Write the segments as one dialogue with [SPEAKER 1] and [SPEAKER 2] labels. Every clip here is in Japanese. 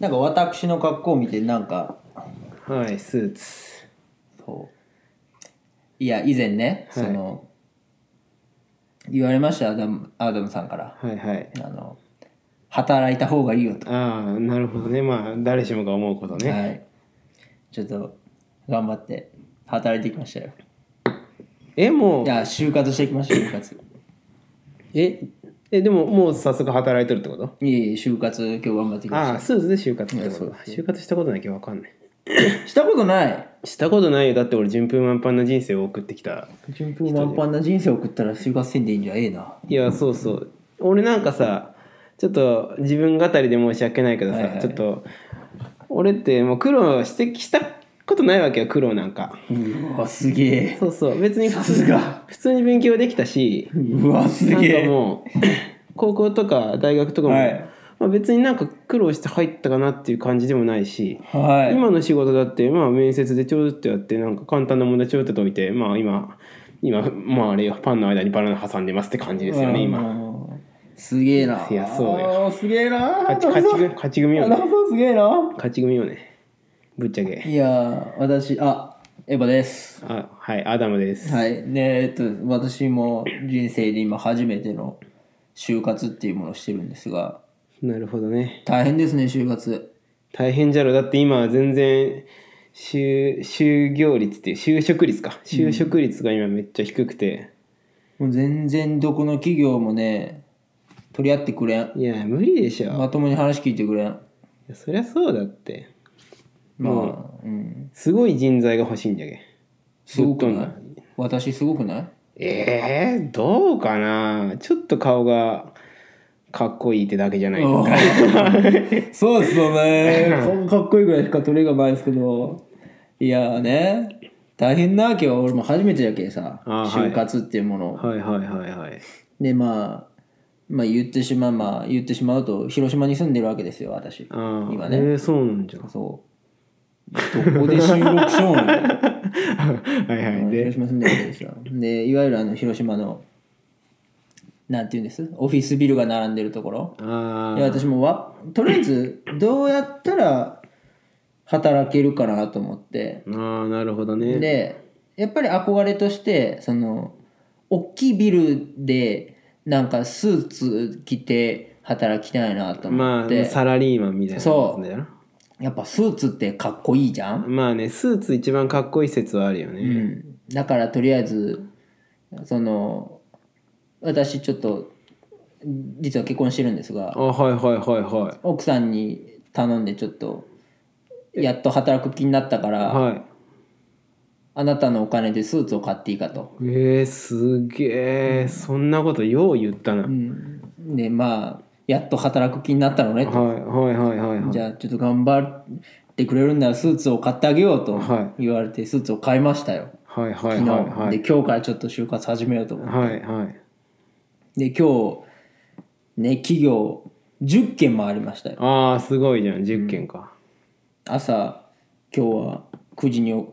[SPEAKER 1] なんか私の格好を見てなんか
[SPEAKER 2] はいスーツ
[SPEAKER 1] そういや以前ね、
[SPEAKER 2] はい
[SPEAKER 1] その言われましたアダムアダムさんから
[SPEAKER 2] はいはい
[SPEAKER 1] あの働いた方がいいよと、
[SPEAKER 2] ああなるほどねまあ誰しもが思うことね、
[SPEAKER 1] はいちょっと頑張って働いてきましたよ
[SPEAKER 2] えもう
[SPEAKER 1] いや就活してきました就活
[SPEAKER 2] ええでももう早速働いてるってこと
[SPEAKER 1] いえいえ就活今日頑張ってきま
[SPEAKER 2] あ
[SPEAKER 1] し
[SPEAKER 2] あスーツで就活ってことだ就活したことないけど分かんない
[SPEAKER 1] たしたことない
[SPEAKER 2] したことないよだって俺順風満帆な人生を送ってきた
[SPEAKER 1] 順風満帆な人生を送ったら就活せんでいいんじゃええない
[SPEAKER 2] やそうそう俺なんかさちょっと自分語りで申し訳ないけどさ、
[SPEAKER 1] はいはい
[SPEAKER 2] ちょっと俺ってもう苦労してきしたことないわけよ苦労なんか
[SPEAKER 1] うわすげえ
[SPEAKER 2] そうそう別に
[SPEAKER 1] さすが
[SPEAKER 2] 普通に勉強できたし
[SPEAKER 1] うわす
[SPEAKER 2] なん
[SPEAKER 1] げ
[SPEAKER 2] か
[SPEAKER 1] え
[SPEAKER 2] もう高校とか大学とかも、
[SPEAKER 1] はい
[SPEAKER 2] まあ、別になんか苦労して入ったかなっていう感じでもないし、
[SPEAKER 1] はい
[SPEAKER 2] 今の仕事だって、まあ、面接でちょうどってやってなんか簡単な問題ちょうどって解いてまあ今今まああれよパンの間にバナナ挟んでますって感じですよね今
[SPEAKER 1] 今すげえない
[SPEAKER 2] やそうよ
[SPEAKER 1] あーすげえな
[SPEAKER 2] 勝ち勝ち組勝ち組よ
[SPEAKER 1] アナウ
[SPEAKER 2] ね
[SPEAKER 1] ンサーすげえな
[SPEAKER 2] 勝ち組よねぶっちゃけ
[SPEAKER 1] いやー私あエヴァです
[SPEAKER 2] あはいアダムです
[SPEAKER 1] はいねえっと私も人生で今初めての就活っていうものをしてるんですが
[SPEAKER 2] なるほどね
[SPEAKER 1] 大変ですね就活
[SPEAKER 2] 大変じゃろだって今は全然就就業率っていう就職率か就職率が今めっちゃ低くて、
[SPEAKER 1] もう全然どこの企業もね取り合ってくれん
[SPEAKER 2] いや無理でしょ、い
[SPEAKER 1] まともに話聞いてくれん
[SPEAKER 2] やそりゃそうだって
[SPEAKER 1] まあ、うん、
[SPEAKER 2] すごい人材が欲しいんじゃけ
[SPEAKER 1] すごく
[SPEAKER 2] ぶっ
[SPEAKER 1] な
[SPEAKER 2] 飛
[SPEAKER 1] い私すごくない
[SPEAKER 2] えー、どうかなちょっと顔がかっこいいってだけじゃないですか
[SPEAKER 1] そうですよねかかっこいいぐらいしか取れがないですけどいやーね大変なわけよ俺も初めてだけさ
[SPEAKER 2] あーはい
[SPEAKER 1] 就活っていうものを、
[SPEAKER 2] はいはいはいはい
[SPEAKER 1] でまあまあ言ってしまうまあ言ってしまうと広島に住んでるわけですよ私
[SPEAKER 2] あー
[SPEAKER 1] 今ね
[SPEAKER 2] えー、そうなん じゃ
[SPEAKER 1] そうどこで収録しようの
[SPEAKER 2] はいはいで
[SPEAKER 1] 広島住んでるわけですよでいわゆるあの広島のなんて言うんですオフィスビルが並んでるところ
[SPEAKER 2] あ
[SPEAKER 1] いや
[SPEAKER 2] ー
[SPEAKER 1] 私もわとりあえずどうやったら働けるかなと思って
[SPEAKER 2] あーなるほどね
[SPEAKER 1] でやっぱり憧れとしてその大きいビルでなんかスーツ着て働きたいなと思
[SPEAKER 2] ま
[SPEAKER 1] っ
[SPEAKER 2] あ
[SPEAKER 1] て、
[SPEAKER 2] サラリーマンみたいな
[SPEAKER 1] そう
[SPEAKER 2] だよな
[SPEAKER 1] やっぱスーツってかっこいいじゃん、
[SPEAKER 2] まあねスーツ一番かっこいい説はあるよね、
[SPEAKER 1] うん、だからとりあえずその私ちょっと実は結婚してるんですが
[SPEAKER 2] あはいはいはいはい
[SPEAKER 1] 奥さんに頼んでちょっとやっと働く気になったから、
[SPEAKER 2] はい
[SPEAKER 1] あなたのお金でスーツを買っていいかと。
[SPEAKER 2] えー、すげえそんなことよう言ったな、
[SPEAKER 1] でまあやっと働く気になったのねと。
[SPEAKER 2] はいはいはいはいはい
[SPEAKER 1] じゃあちょっと頑張ってくれるんならスーツを買ってあげようと
[SPEAKER 2] は
[SPEAKER 1] 言われてスーツを買いましたよ。
[SPEAKER 2] はいはい
[SPEAKER 1] 昨日、
[SPEAKER 2] はいはい
[SPEAKER 1] で今日からちょっと就活始めようと思って。
[SPEAKER 2] はいはい
[SPEAKER 1] で今日ね企業10件回りましたよ。
[SPEAKER 2] ああすごいじゃん10件か、
[SPEAKER 1] 朝今日は9時に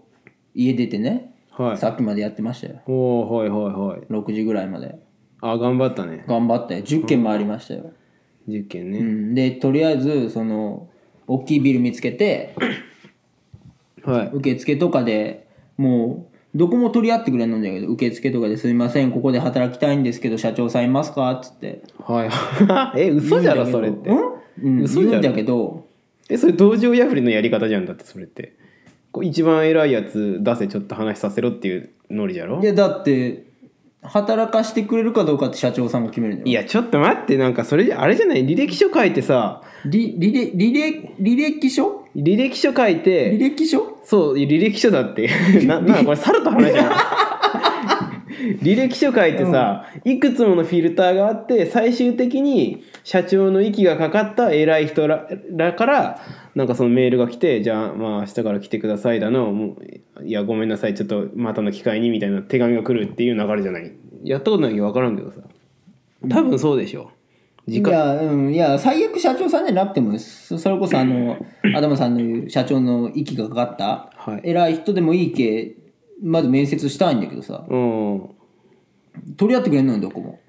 [SPEAKER 1] 家出てね、
[SPEAKER 2] はい
[SPEAKER 1] さっきまでやってましたよ。
[SPEAKER 2] おおはいはいはい
[SPEAKER 1] 6時ぐらいまで
[SPEAKER 2] あ頑張ったね
[SPEAKER 1] 頑張って10件回りましたよ。
[SPEAKER 2] 10件
[SPEAKER 1] う
[SPEAKER 2] ね、
[SPEAKER 1] ん、でとりあえずその大きいビル見つけ て
[SPEAKER 2] はい
[SPEAKER 1] 受付とかでもうどこも取り合ってくれるんだけど受付とかで「すいませんここで働きたいんですけど社長さんいますか?」っつって
[SPEAKER 2] はいえ嘘じゃろそれって
[SPEAKER 1] うん、うん、
[SPEAKER 2] 嘘
[SPEAKER 1] 言
[SPEAKER 2] じゃろ
[SPEAKER 1] うんだけど
[SPEAKER 2] えそれ同情破りのやり方じゃんだってそれってこう一番偉いやつ出せちょっと話させろっていうノリじゃろ
[SPEAKER 1] いやだって働かしてくれるかどうかって社長さんが決めるんだよ
[SPEAKER 2] いやちょっと待ってなんかそれじゃあれじゃない履歴書書いてさ
[SPEAKER 1] り履歴履歴履歴書
[SPEAKER 2] 履歴書書い
[SPEAKER 1] 履
[SPEAKER 2] て
[SPEAKER 1] 歴書
[SPEAKER 2] そう履歴書だって ななんかこれ猿と話じゃん 履歴書書いてさ、いくつものフィルターがあって最終的に社長の息がかかった偉い人ららからなんかそのメールが来て「じゃあまあ明日から来てください」だの「もういやごめんなさいちょっとまたの機会に」みたいな手紙が来るっていう流れじゃないやったことないけど分からんけどさ多分そうでしょ、
[SPEAKER 1] い
[SPEAKER 2] 時間
[SPEAKER 1] や,、うん、いや最悪社長さんじゃなくてもそそれこそあのアダムさんの言う社長の息がかかった
[SPEAKER 2] はい
[SPEAKER 1] 偉い人でもいいけまず面接したいんだけどさ
[SPEAKER 2] うん
[SPEAKER 1] 取り合ってくれんのよどこも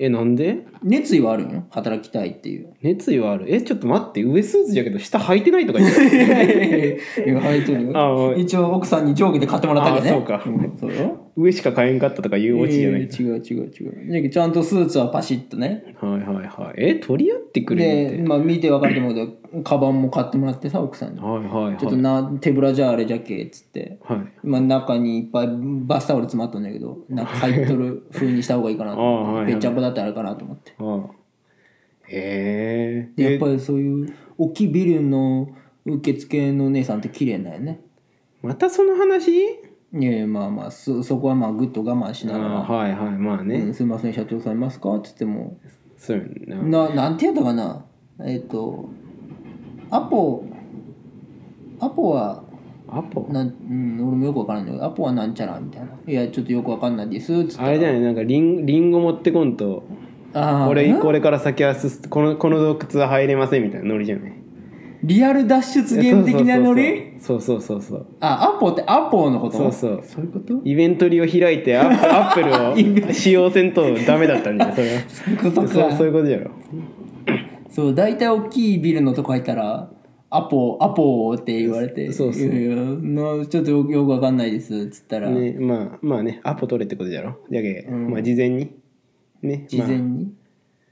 [SPEAKER 2] えなんで
[SPEAKER 1] 熱意はあるんよ働きたいって いう
[SPEAKER 2] 熱意はあるえちょっと待って上スーツじゃけど下履いてないとか言って
[SPEAKER 1] いや履いてるよ
[SPEAKER 2] あおい
[SPEAKER 1] 一応奥さんに上下で買ってもらったけどね
[SPEAKER 2] あそうか
[SPEAKER 1] んそうよ
[SPEAKER 2] 上しか買えんかったとかいうオチじゃない、
[SPEAKER 1] えー違う違う違うだけどちゃんとスーツはパシッとね
[SPEAKER 2] はいはいはいえ取り合ってくれる
[SPEAKER 1] で、
[SPEAKER 2] って、
[SPEAKER 1] まあ、見て分かると思うけどカバンも買ってもらってさ奥さんに
[SPEAKER 2] はいはいはい
[SPEAKER 1] ちょっとな手ぶらじゃあれじゃけっつって
[SPEAKER 2] はい
[SPEAKER 1] 今中にいっぱいバスタオル詰まっとんだけどなんか入っとる風にした方がいいかなと
[SPEAKER 2] ああはい
[SPEAKER 1] 思っ
[SPEAKER 2] は
[SPEAKER 1] て
[SPEAKER 2] い
[SPEAKER 1] ぺっちゃんこだったらあれかなと思って
[SPEAKER 2] ああへ
[SPEAKER 1] でやっ
[SPEAKER 2] え
[SPEAKER 1] ぱりそういう大きいビルの受付のお姉さんって綺麗なんよね
[SPEAKER 2] またその話
[SPEAKER 1] いやいやまあまあそそこはまあぐっと我慢し
[SPEAKER 2] あ
[SPEAKER 1] ながら
[SPEAKER 2] あはいはいまあね、
[SPEAKER 1] うんすいません社長さんいますか?」っつっても
[SPEAKER 2] そうよな
[SPEAKER 1] ななんて言うんだかなえっ、とアポアポは
[SPEAKER 2] アポ
[SPEAKER 1] なん、うん、俺もよくわからんのよアポはなんちゃらみたいな「いやちょっとよくわかんないです」っつって
[SPEAKER 2] あれじゃないなんかリンリンゴ持ってこんと
[SPEAKER 1] あー
[SPEAKER 2] 俺
[SPEAKER 1] ん
[SPEAKER 2] これから先はすすこのこの洞窟は入れませんみたいなノリじゃない
[SPEAKER 1] リアル脱出ゲーム的なノリ
[SPEAKER 2] そうそうそうそう
[SPEAKER 1] あアポってアポのこと
[SPEAKER 2] そうそう
[SPEAKER 1] そういうこと
[SPEAKER 2] イベントリを開いてアップアップ ルを使用せんとダメだったんじゃないそれは
[SPEAKER 1] そういうことか
[SPEAKER 2] そうそういうことやろ
[SPEAKER 1] そう大体大きいビルのとこ入ったら「アポアポ」って言われて「
[SPEAKER 2] そうそう
[SPEAKER 1] いやいやなちょっとよくよくわかんないです」っつったら、
[SPEAKER 2] ねまあまあねアポ取れってことじゃろじゃけ、
[SPEAKER 1] ん
[SPEAKER 2] まあ事前にね
[SPEAKER 1] 事前
[SPEAKER 2] まあ、
[SPEAKER 1] に、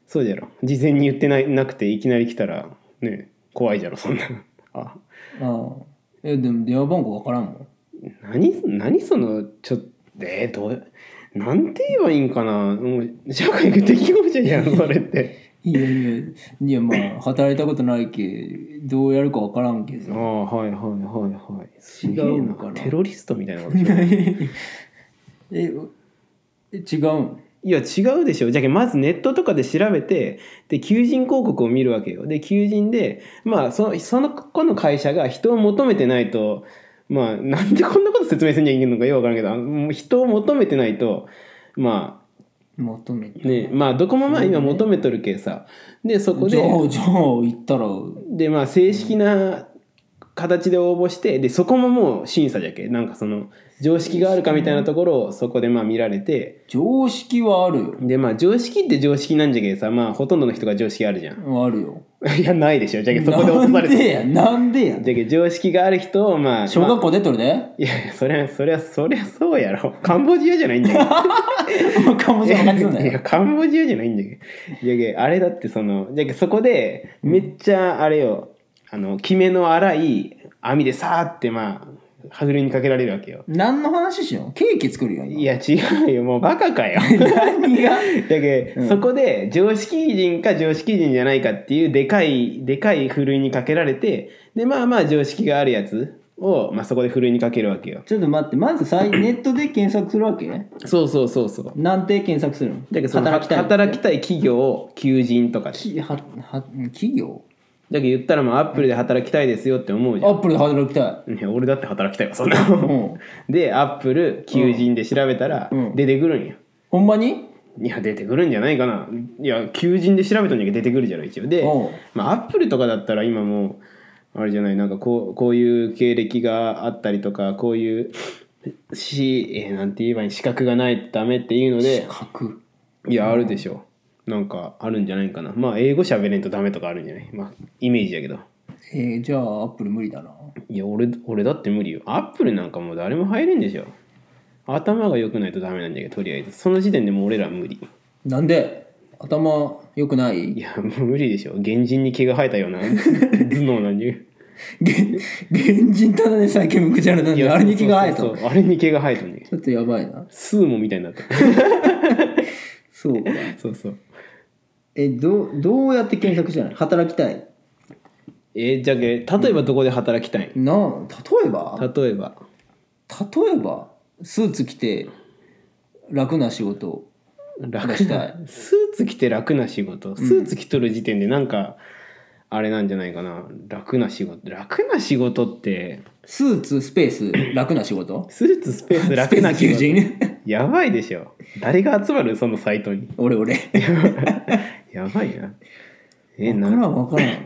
[SPEAKER 2] そうじゃろ事前に言ってないなくていきなり来たらね怖いじゃろそんな あ
[SPEAKER 1] ああえでも電話番号わからんもん
[SPEAKER 2] 何何そのちょっとえー、どうなんて言えばいいんかなもう社会的適合者じゃんそれ って
[SPEAKER 1] いやいやいや まあ働いたことないけどうやるかわからんけ
[SPEAKER 2] あ
[SPEAKER 1] ど
[SPEAKER 2] あはいはいはいはいす
[SPEAKER 1] 違
[SPEAKER 2] げえ
[SPEAKER 1] う
[SPEAKER 2] な
[SPEAKER 1] のかな
[SPEAKER 2] テロリストみたいなことじゃん
[SPEAKER 1] えうえ違うん
[SPEAKER 2] いや違うでしょじゃけまずネットとかで調べてで求人広告を見るわけよで求人でまあそのその子の会社が人を求めてないとまあなんでこんなこと説明せんじゃいけんのかよくわからんけどあのもう人を求めてないとま
[SPEAKER 1] 求めて
[SPEAKER 2] あねまあどこもまあ今求めとるけさでそこ
[SPEAKER 1] じ
[SPEAKER 2] で
[SPEAKER 1] ゃあじゃあ行ったら
[SPEAKER 2] でまあ正式な形で応募してでそこももう審査じゃけなんかその常識があるかみたいなところをそこでまあ見られて
[SPEAKER 1] 常識はあるよ
[SPEAKER 2] でまあ常識って常識なんじゃけさまあほとんどの人が常識あるじゃん
[SPEAKER 1] あるよ
[SPEAKER 2] いやないでしょじゃけそこで落と
[SPEAKER 1] な
[SPEAKER 2] さ
[SPEAKER 1] ん
[SPEAKER 2] れて
[SPEAKER 1] でやなんでや
[SPEAKER 2] じゃけ常識がある人をまあ
[SPEAKER 1] 小
[SPEAKER 2] ま
[SPEAKER 1] 学
[SPEAKER 2] あ
[SPEAKER 1] 校出とるで
[SPEAKER 2] いやいやそりゃそりゃそりゃそうやろカンボジアじゃないんだけど
[SPEAKER 1] かもしれない
[SPEAKER 2] いやカンボジアじゃないんだけどいやいやあれだってそのじゃけそこでめっちゃあれよあのキメの荒い網でさーってまあ歯車にかけられるわけよ
[SPEAKER 1] 何の話しようケーキ作るよ今
[SPEAKER 2] いや違うよもうバカ かよ
[SPEAKER 1] 何が
[SPEAKER 2] だけど、
[SPEAKER 1] うん
[SPEAKER 2] そこで常識人か常識人じゃないかっていうでかいでかいふるいにかけられてでまあまあ常識があるやつを、まあ、そこでふるいにかけるわけよ
[SPEAKER 1] ちょっと待ってまずさいネットで検索するわけ
[SPEAKER 2] そうそうそうそう
[SPEAKER 1] なんて検索するの
[SPEAKER 2] だけどその
[SPEAKER 1] 働きたい
[SPEAKER 2] 働きたい企業を求人とかで
[SPEAKER 1] きはは企業
[SPEAKER 2] だけど言ったらもうアップルで働きたいですよって思うじ
[SPEAKER 1] ア
[SPEAKER 2] ゃ
[SPEAKER 1] ッ
[SPEAKER 2] ん
[SPEAKER 1] プルで働きた
[SPEAKER 2] いや俺だって働きたいわそんない
[SPEAKER 1] うん
[SPEAKER 2] でアップル求人で調べたら
[SPEAKER 1] うん
[SPEAKER 2] 出てくるんや、
[SPEAKER 1] ほんまに
[SPEAKER 2] いや出てくるんじゃないかないや求人で調べたんだけど出てくるじゃない一応で
[SPEAKER 1] おう、
[SPEAKER 2] まあ、アップルとかだったら今もうあれじゃないなんかこうこういう経歴があったりとかこういうし、えーなんて言えばいい資格がないとダメっていうので
[SPEAKER 1] 格
[SPEAKER 2] いやあるでしょなんかあるんじゃないかなまあ英語喋れんとダメとかあるんじゃないまあイメージだけど
[SPEAKER 1] えー、じゃあアップル無理だない
[SPEAKER 2] や俺俺だって無理よアップルなんかもう誰も入れんでしょ頭が良くないとダメなんだけどとりあえずその時点でもう俺ら無理
[SPEAKER 1] なんで頭良くないい
[SPEAKER 2] や無理でしょ原人に毛が生え たような頭脳なに
[SPEAKER 1] げ 原人ただでさえ毛むくじゃらなん
[SPEAKER 2] い
[SPEAKER 1] で
[SPEAKER 2] や
[SPEAKER 1] あれに気が生えた
[SPEAKER 2] そ
[SPEAKER 1] ち
[SPEAKER 2] うそうそうあれに毛が生えたね
[SPEAKER 1] ょっとやばいな
[SPEAKER 2] スーモみたいになった
[SPEAKER 1] そうか
[SPEAKER 2] そうそう
[SPEAKER 1] えどうどうやって検索したの働きたい
[SPEAKER 2] えーじゃあけ例えばどこで働きたい、
[SPEAKER 1] なあ例えば
[SPEAKER 2] 例えば
[SPEAKER 1] 例えばスーツ着て楽な仕事
[SPEAKER 2] 楽
[SPEAKER 1] 出したい
[SPEAKER 2] なスーツ着て楽な仕事スーツ着とる時点でなんか、あれなんじゃないかな楽な仕事楽な仕事って
[SPEAKER 1] スーツスペース楽な仕事
[SPEAKER 2] スーツスペース楽な
[SPEAKER 1] スペ
[SPEAKER 2] 求
[SPEAKER 1] ース
[SPEAKER 2] 人
[SPEAKER 1] 求人
[SPEAKER 2] やばいでしょ誰が集まるそのサイトに
[SPEAKER 1] 俺俺
[SPEAKER 2] やばいなえ
[SPEAKER 1] 分か
[SPEAKER 2] な、
[SPEAKER 1] らん分からん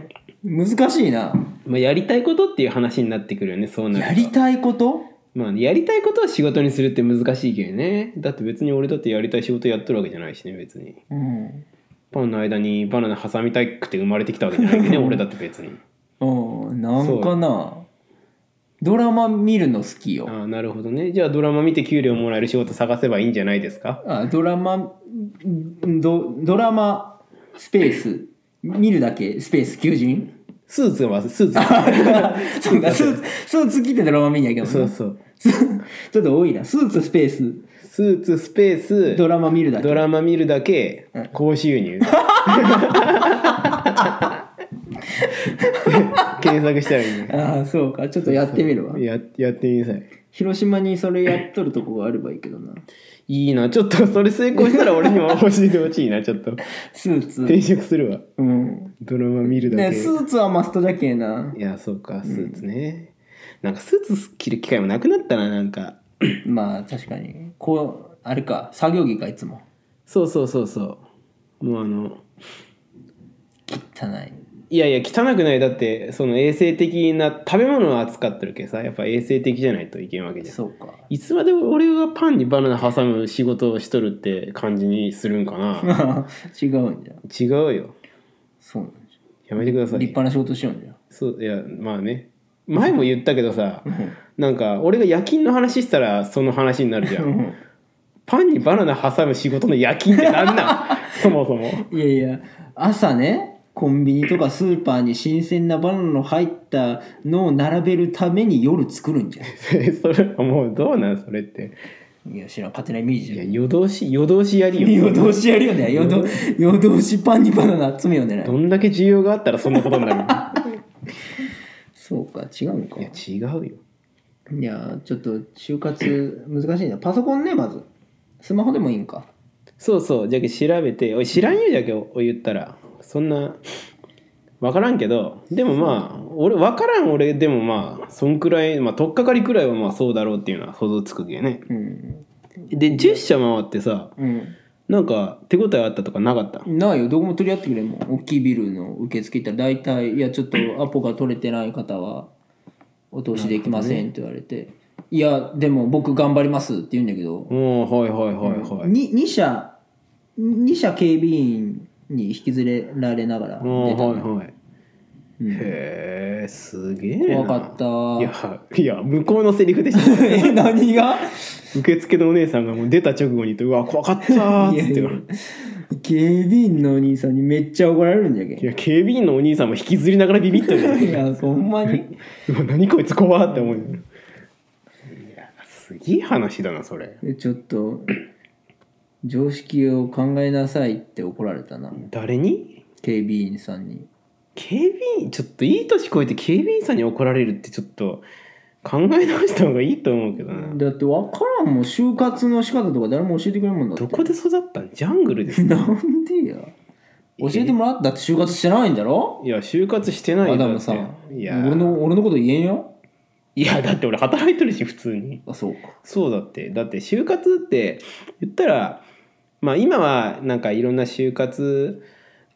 [SPEAKER 1] 難しいな
[SPEAKER 2] まあ、やりたいことっていう話になってくるよねそうなると
[SPEAKER 1] やりたいこと
[SPEAKER 2] まあ、やりたいことを仕事にするって難しいけどねだって別に俺だってやりたい仕事やっとるわけじゃないしね別に
[SPEAKER 1] うん
[SPEAKER 2] パンの間にバナナ挟みたくて生まれてきたわけじゃないけどね俺だって別に
[SPEAKER 1] うんなんかなドラマ見るの好きよ
[SPEAKER 2] ああなるほどねじゃあドラマ見て給料もらえる仕事探せばいいんじゃないですか
[SPEAKER 1] あドラマんドドラマスペース見るだけスペース求人
[SPEAKER 2] スーツはスーツ
[SPEAKER 1] そうだスーツスーツ着てドラマ見んやけどな
[SPEAKER 2] そうそう
[SPEAKER 1] ちょっと多いなスーツスペース
[SPEAKER 2] スーツスペース
[SPEAKER 1] ドラマ見るだけ
[SPEAKER 2] ドラマ見るだけ
[SPEAKER 1] うん
[SPEAKER 2] 高収入 検索したらいいね
[SPEAKER 1] ああそうかちょっとやってみるわ
[SPEAKER 2] ややってみなさい
[SPEAKER 1] 広島にそれやっとるとこがあればいいけどない
[SPEAKER 2] いなちょっとそれ成功したら俺にも教えてほし いなちょっと
[SPEAKER 1] スーツ
[SPEAKER 2] 転職するわ
[SPEAKER 1] うん
[SPEAKER 2] ドラマ見るだ
[SPEAKER 1] ね
[SPEAKER 2] け
[SPEAKER 1] スーツはマストだけない
[SPEAKER 2] やそうかスーツね、なんかスーツ着る機会もなくなったななんか
[SPEAKER 1] まあ確かにこうあれか作業着かいつも
[SPEAKER 2] そうそうそうそうもうあの
[SPEAKER 1] 汚い
[SPEAKER 2] いやいや汚くないだってその衛生的な食べ物を扱ってるけどさやっぱ衛生的じゃないといけんわけじゃん
[SPEAKER 1] そうか
[SPEAKER 2] いつまでも俺がパンにバナナ挟む仕事をしとるって感じにするんか な
[SPEAKER 1] 違うんじゃん
[SPEAKER 2] 違うよ
[SPEAKER 1] そうなんじ
[SPEAKER 2] やめてくだ
[SPEAKER 1] ゃ
[SPEAKER 2] さ
[SPEAKER 1] ん立
[SPEAKER 2] い
[SPEAKER 1] 派な仕事しようんじゃん
[SPEAKER 2] そういやまあね前も言ったけどさ
[SPEAKER 1] ん
[SPEAKER 2] なんか俺が夜勤の話したらその話になるじゃん
[SPEAKER 1] う
[SPEAKER 2] パンにバナナ挟む仕事の夜勤ってな んなんそもそも
[SPEAKER 1] んいやいや朝ねコンビニとかスーパーに新鮮なバナナの入ったのを並べるために夜作るんじゃ
[SPEAKER 2] それもうどうなんそれって
[SPEAKER 1] んいや知らん勝手なイメージ
[SPEAKER 2] い
[SPEAKER 1] じ
[SPEAKER 2] や
[SPEAKER 1] ゃん
[SPEAKER 2] 夜通し夜通しやりよ
[SPEAKER 1] 夜通しやるよね夜通夜通しパンにバナナ集めようね
[SPEAKER 2] どんだけ需要があったらそんなことになる
[SPEAKER 1] そうか違うんか
[SPEAKER 2] いや違うよ
[SPEAKER 1] いやちょっと就活難しいなパソコンねまずスマホでもいいんか
[SPEAKER 2] そうそうじゃけ調べておい知らんよじゃけお言ったらそんな分からんけどでもまあ俺分からん俺でもまあそんくらいまあ取っかかりくらいはまあそうだろうっていうのは想像つくけどね
[SPEAKER 1] うん、
[SPEAKER 2] で10社回ってさ
[SPEAKER 1] うん、
[SPEAKER 2] なんか手応えあったとかなかった
[SPEAKER 1] ないよどこも取り合ってくれんもん大きいビルの受付行ったら大体「いやちょっとアポが取れてない方はお通しできません」って言われて「いやでも僕頑張ります」って言うんだけど、
[SPEAKER 2] おーはいはいはいはい、
[SPEAKER 1] に2社2社警備員に引きずれられながら出た
[SPEAKER 2] おー
[SPEAKER 1] の
[SPEAKER 2] はいはい、
[SPEAKER 1] うん
[SPEAKER 2] へえすげえな
[SPEAKER 1] 怖かった
[SPEAKER 2] いやいや向こうのセリフでし た
[SPEAKER 1] え何が
[SPEAKER 2] 受付のお姉さんがもう出た直後に言って「うわ怖かった」っ
[SPEAKER 1] い
[SPEAKER 2] つ
[SPEAKER 1] や
[SPEAKER 2] っ
[SPEAKER 1] い
[SPEAKER 2] て
[SPEAKER 1] や警備員のお兄さんにめっちゃ怒られるんじゃけ
[SPEAKER 2] いや警備員のお兄さんも引きずりながらビビっとるよ
[SPEAKER 1] ん いやほんまに
[SPEAKER 2] うわ何こいつ怖って思うよいやすげえ話だなそれ
[SPEAKER 1] でちょっと常識を考えなさいって怒られたな
[SPEAKER 2] 誰に
[SPEAKER 1] 警備員さんに
[SPEAKER 2] 警備員ちょっといい年こいて警備員さんに怒られるってちょっと考え直した方がいいと思うけどな
[SPEAKER 1] だって分からんもん就活の仕方とか誰も教えてくれんもんだって
[SPEAKER 2] どこで育ったんジャングルですか
[SPEAKER 1] なんでや教えてもらっただって就活してないんだろ
[SPEAKER 2] いや就活してないよ
[SPEAKER 1] アダムさ
[SPEAKER 2] だ
[SPEAKER 1] ん
[SPEAKER 2] ってい
[SPEAKER 1] 俺
[SPEAKER 2] や
[SPEAKER 1] の俺のこと言えんよ
[SPEAKER 2] いやだって俺働いてるし普通に
[SPEAKER 1] あそうか
[SPEAKER 2] そうだってだって就活って言ったらまあ今はなんかいろんな就活、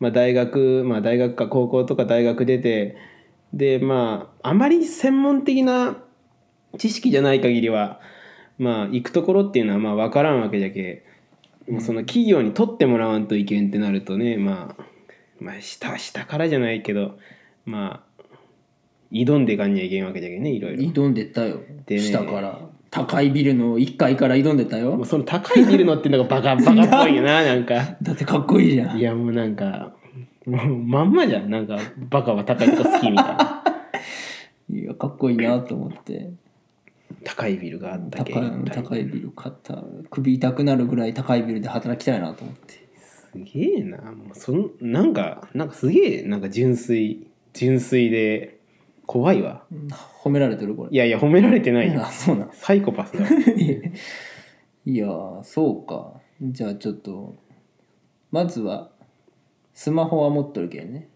[SPEAKER 2] まあ、大学、まあ、大学か高校とか大学出てでまああまり専門的な知識じゃない限りはまあ行くところっていうのはまあ分からんわけじゃけもうその企業に取ってもらわんといけんってなるとねまあまあ下下からじゃないけどまあ挑んでいかんにはいけんわけじゃけねいろいろ。
[SPEAKER 1] 挑んでったよ
[SPEAKER 2] でね
[SPEAKER 1] 下から高いビルの1階から挑んでた
[SPEAKER 2] もう
[SPEAKER 1] よ
[SPEAKER 2] その高いビル乗ってんのがバカバカっぽいよ ななんか
[SPEAKER 1] だってかっこいいじゃん
[SPEAKER 2] いやもうなんかもうまんまじゃんなんかバカは高いとこ好きみたいな
[SPEAKER 1] いやかっこいいなと思って
[SPEAKER 2] 高いビルがあった
[SPEAKER 1] 高
[SPEAKER 2] け
[SPEAKER 1] い
[SPEAKER 2] 一体
[SPEAKER 1] 高いビル買った首痛くなるぐらい高いビルで働きたいなと思って
[SPEAKER 2] すげえなもうそのなんかなんかすげえなんか純粋純粋で怖いわ
[SPEAKER 1] うん褒められてるこれ
[SPEAKER 2] いやいや褒められてないよ
[SPEAKER 1] あそうなん
[SPEAKER 2] サイコパスだわ
[SPEAKER 1] いやーそうかじゃあちょっとまずはスマホは持っとるけんね、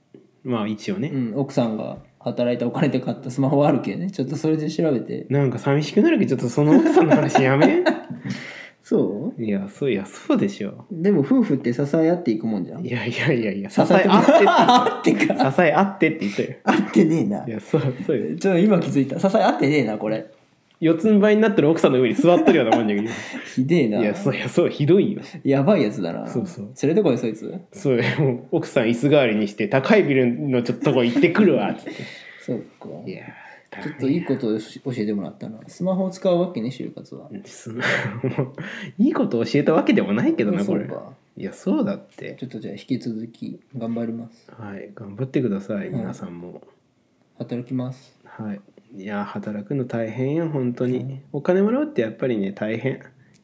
[SPEAKER 2] まあ一応ね、
[SPEAKER 1] うん、奥さんが働いたお金で買ったスマホはあるけんねちょっとそれで調べて
[SPEAKER 2] なんか寂しくなるけどちょっとその奥さんの話 やめ
[SPEAKER 1] そう
[SPEAKER 2] いやそういやそうでしょ
[SPEAKER 1] でも夫婦って支え合っていくもんじゃん
[SPEAKER 2] いやいやいやいや支
[SPEAKER 1] 支え
[SPEAKER 2] え合ってって言
[SPEAKER 1] 合って
[SPEAKER 2] った
[SPEAKER 1] か
[SPEAKER 2] よ支え合ってって言ったよ
[SPEAKER 1] 合ってねえない
[SPEAKER 2] やそうそうよ
[SPEAKER 1] ちょっと今気づいた支え合ってねえなこれ
[SPEAKER 2] 四つん這いになってる奥さんの上に座ってるようなもんじゃけど
[SPEAKER 1] ひでえない
[SPEAKER 2] やそういやそうひどいよ
[SPEAKER 1] やばいやつだな
[SPEAKER 2] そうそう
[SPEAKER 1] 連れてこいそいつ
[SPEAKER 2] そうもう奥さん椅子代わりにして高いビルのちょっととこ行ってくるわつって
[SPEAKER 1] そうか
[SPEAKER 2] いやー
[SPEAKER 1] ちょっといいことを教えてもらったなスマホを使うわけね就活は
[SPEAKER 2] すもういいこと教えたわけでもないけどなこ
[SPEAKER 1] そ
[SPEAKER 2] れ
[SPEAKER 1] うか
[SPEAKER 2] いやそうだって
[SPEAKER 1] ちょっとじゃあ引き続き頑張ります
[SPEAKER 2] はい頑張ってください
[SPEAKER 1] うん
[SPEAKER 2] 皆さんも、
[SPEAKER 1] 働きます
[SPEAKER 2] はいいや働くの大変よ本当にお金もらうってやっぱりね大変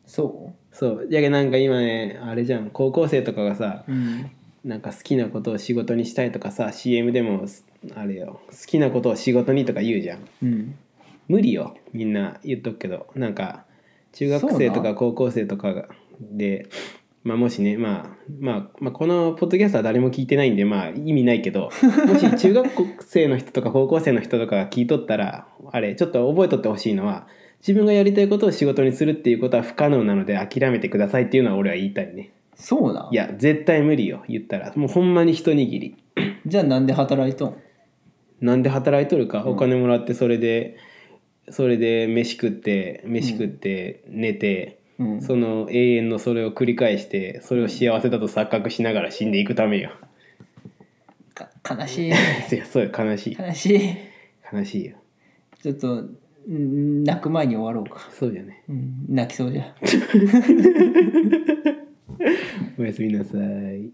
[SPEAKER 1] そ
[SPEAKER 2] そうじゃけなんか今ねあれじゃん高校生とかがさ
[SPEAKER 1] ううん
[SPEAKER 2] なんか好きなことを仕事にしたいとかさ CM でもあれよ好きなことを仕事にとか言うじゃん
[SPEAKER 1] うん
[SPEAKER 2] 無理よみんな言っとくけどなんか中学生とか高校生とかがで、まあ、もしね、まあ、まあまあこのポッドキャストは誰も聞いてないんでまあ意味ないけどもし中学生の人とか高校生の人とかが聞いとったらあれちょっと覚えとってほしいのは自分がやりたいことを仕事にするっていうことは不可能なので諦めてくださいっていうのは俺は言いたいね
[SPEAKER 1] そうない
[SPEAKER 2] や絶対無理よ言ったらもうほんまに一握り
[SPEAKER 1] じゃあなんで働いとん
[SPEAKER 2] なんで働いとるか、
[SPEAKER 1] うん
[SPEAKER 2] お金もらってそれでそれで飯食って飯食って寝て、
[SPEAKER 1] うん
[SPEAKER 2] その永遠のそれを繰り返してそれを幸せだと錯覚しながら死んでいくためよ
[SPEAKER 1] か悲しい
[SPEAKER 2] いやそうよ悲しい
[SPEAKER 1] 悲しい
[SPEAKER 2] 悲しいよ
[SPEAKER 1] ちょっとん泣く前に終わろうか、
[SPEAKER 2] そうじゃね
[SPEAKER 1] うん、泣きそうじゃ
[SPEAKER 2] おやすみなさい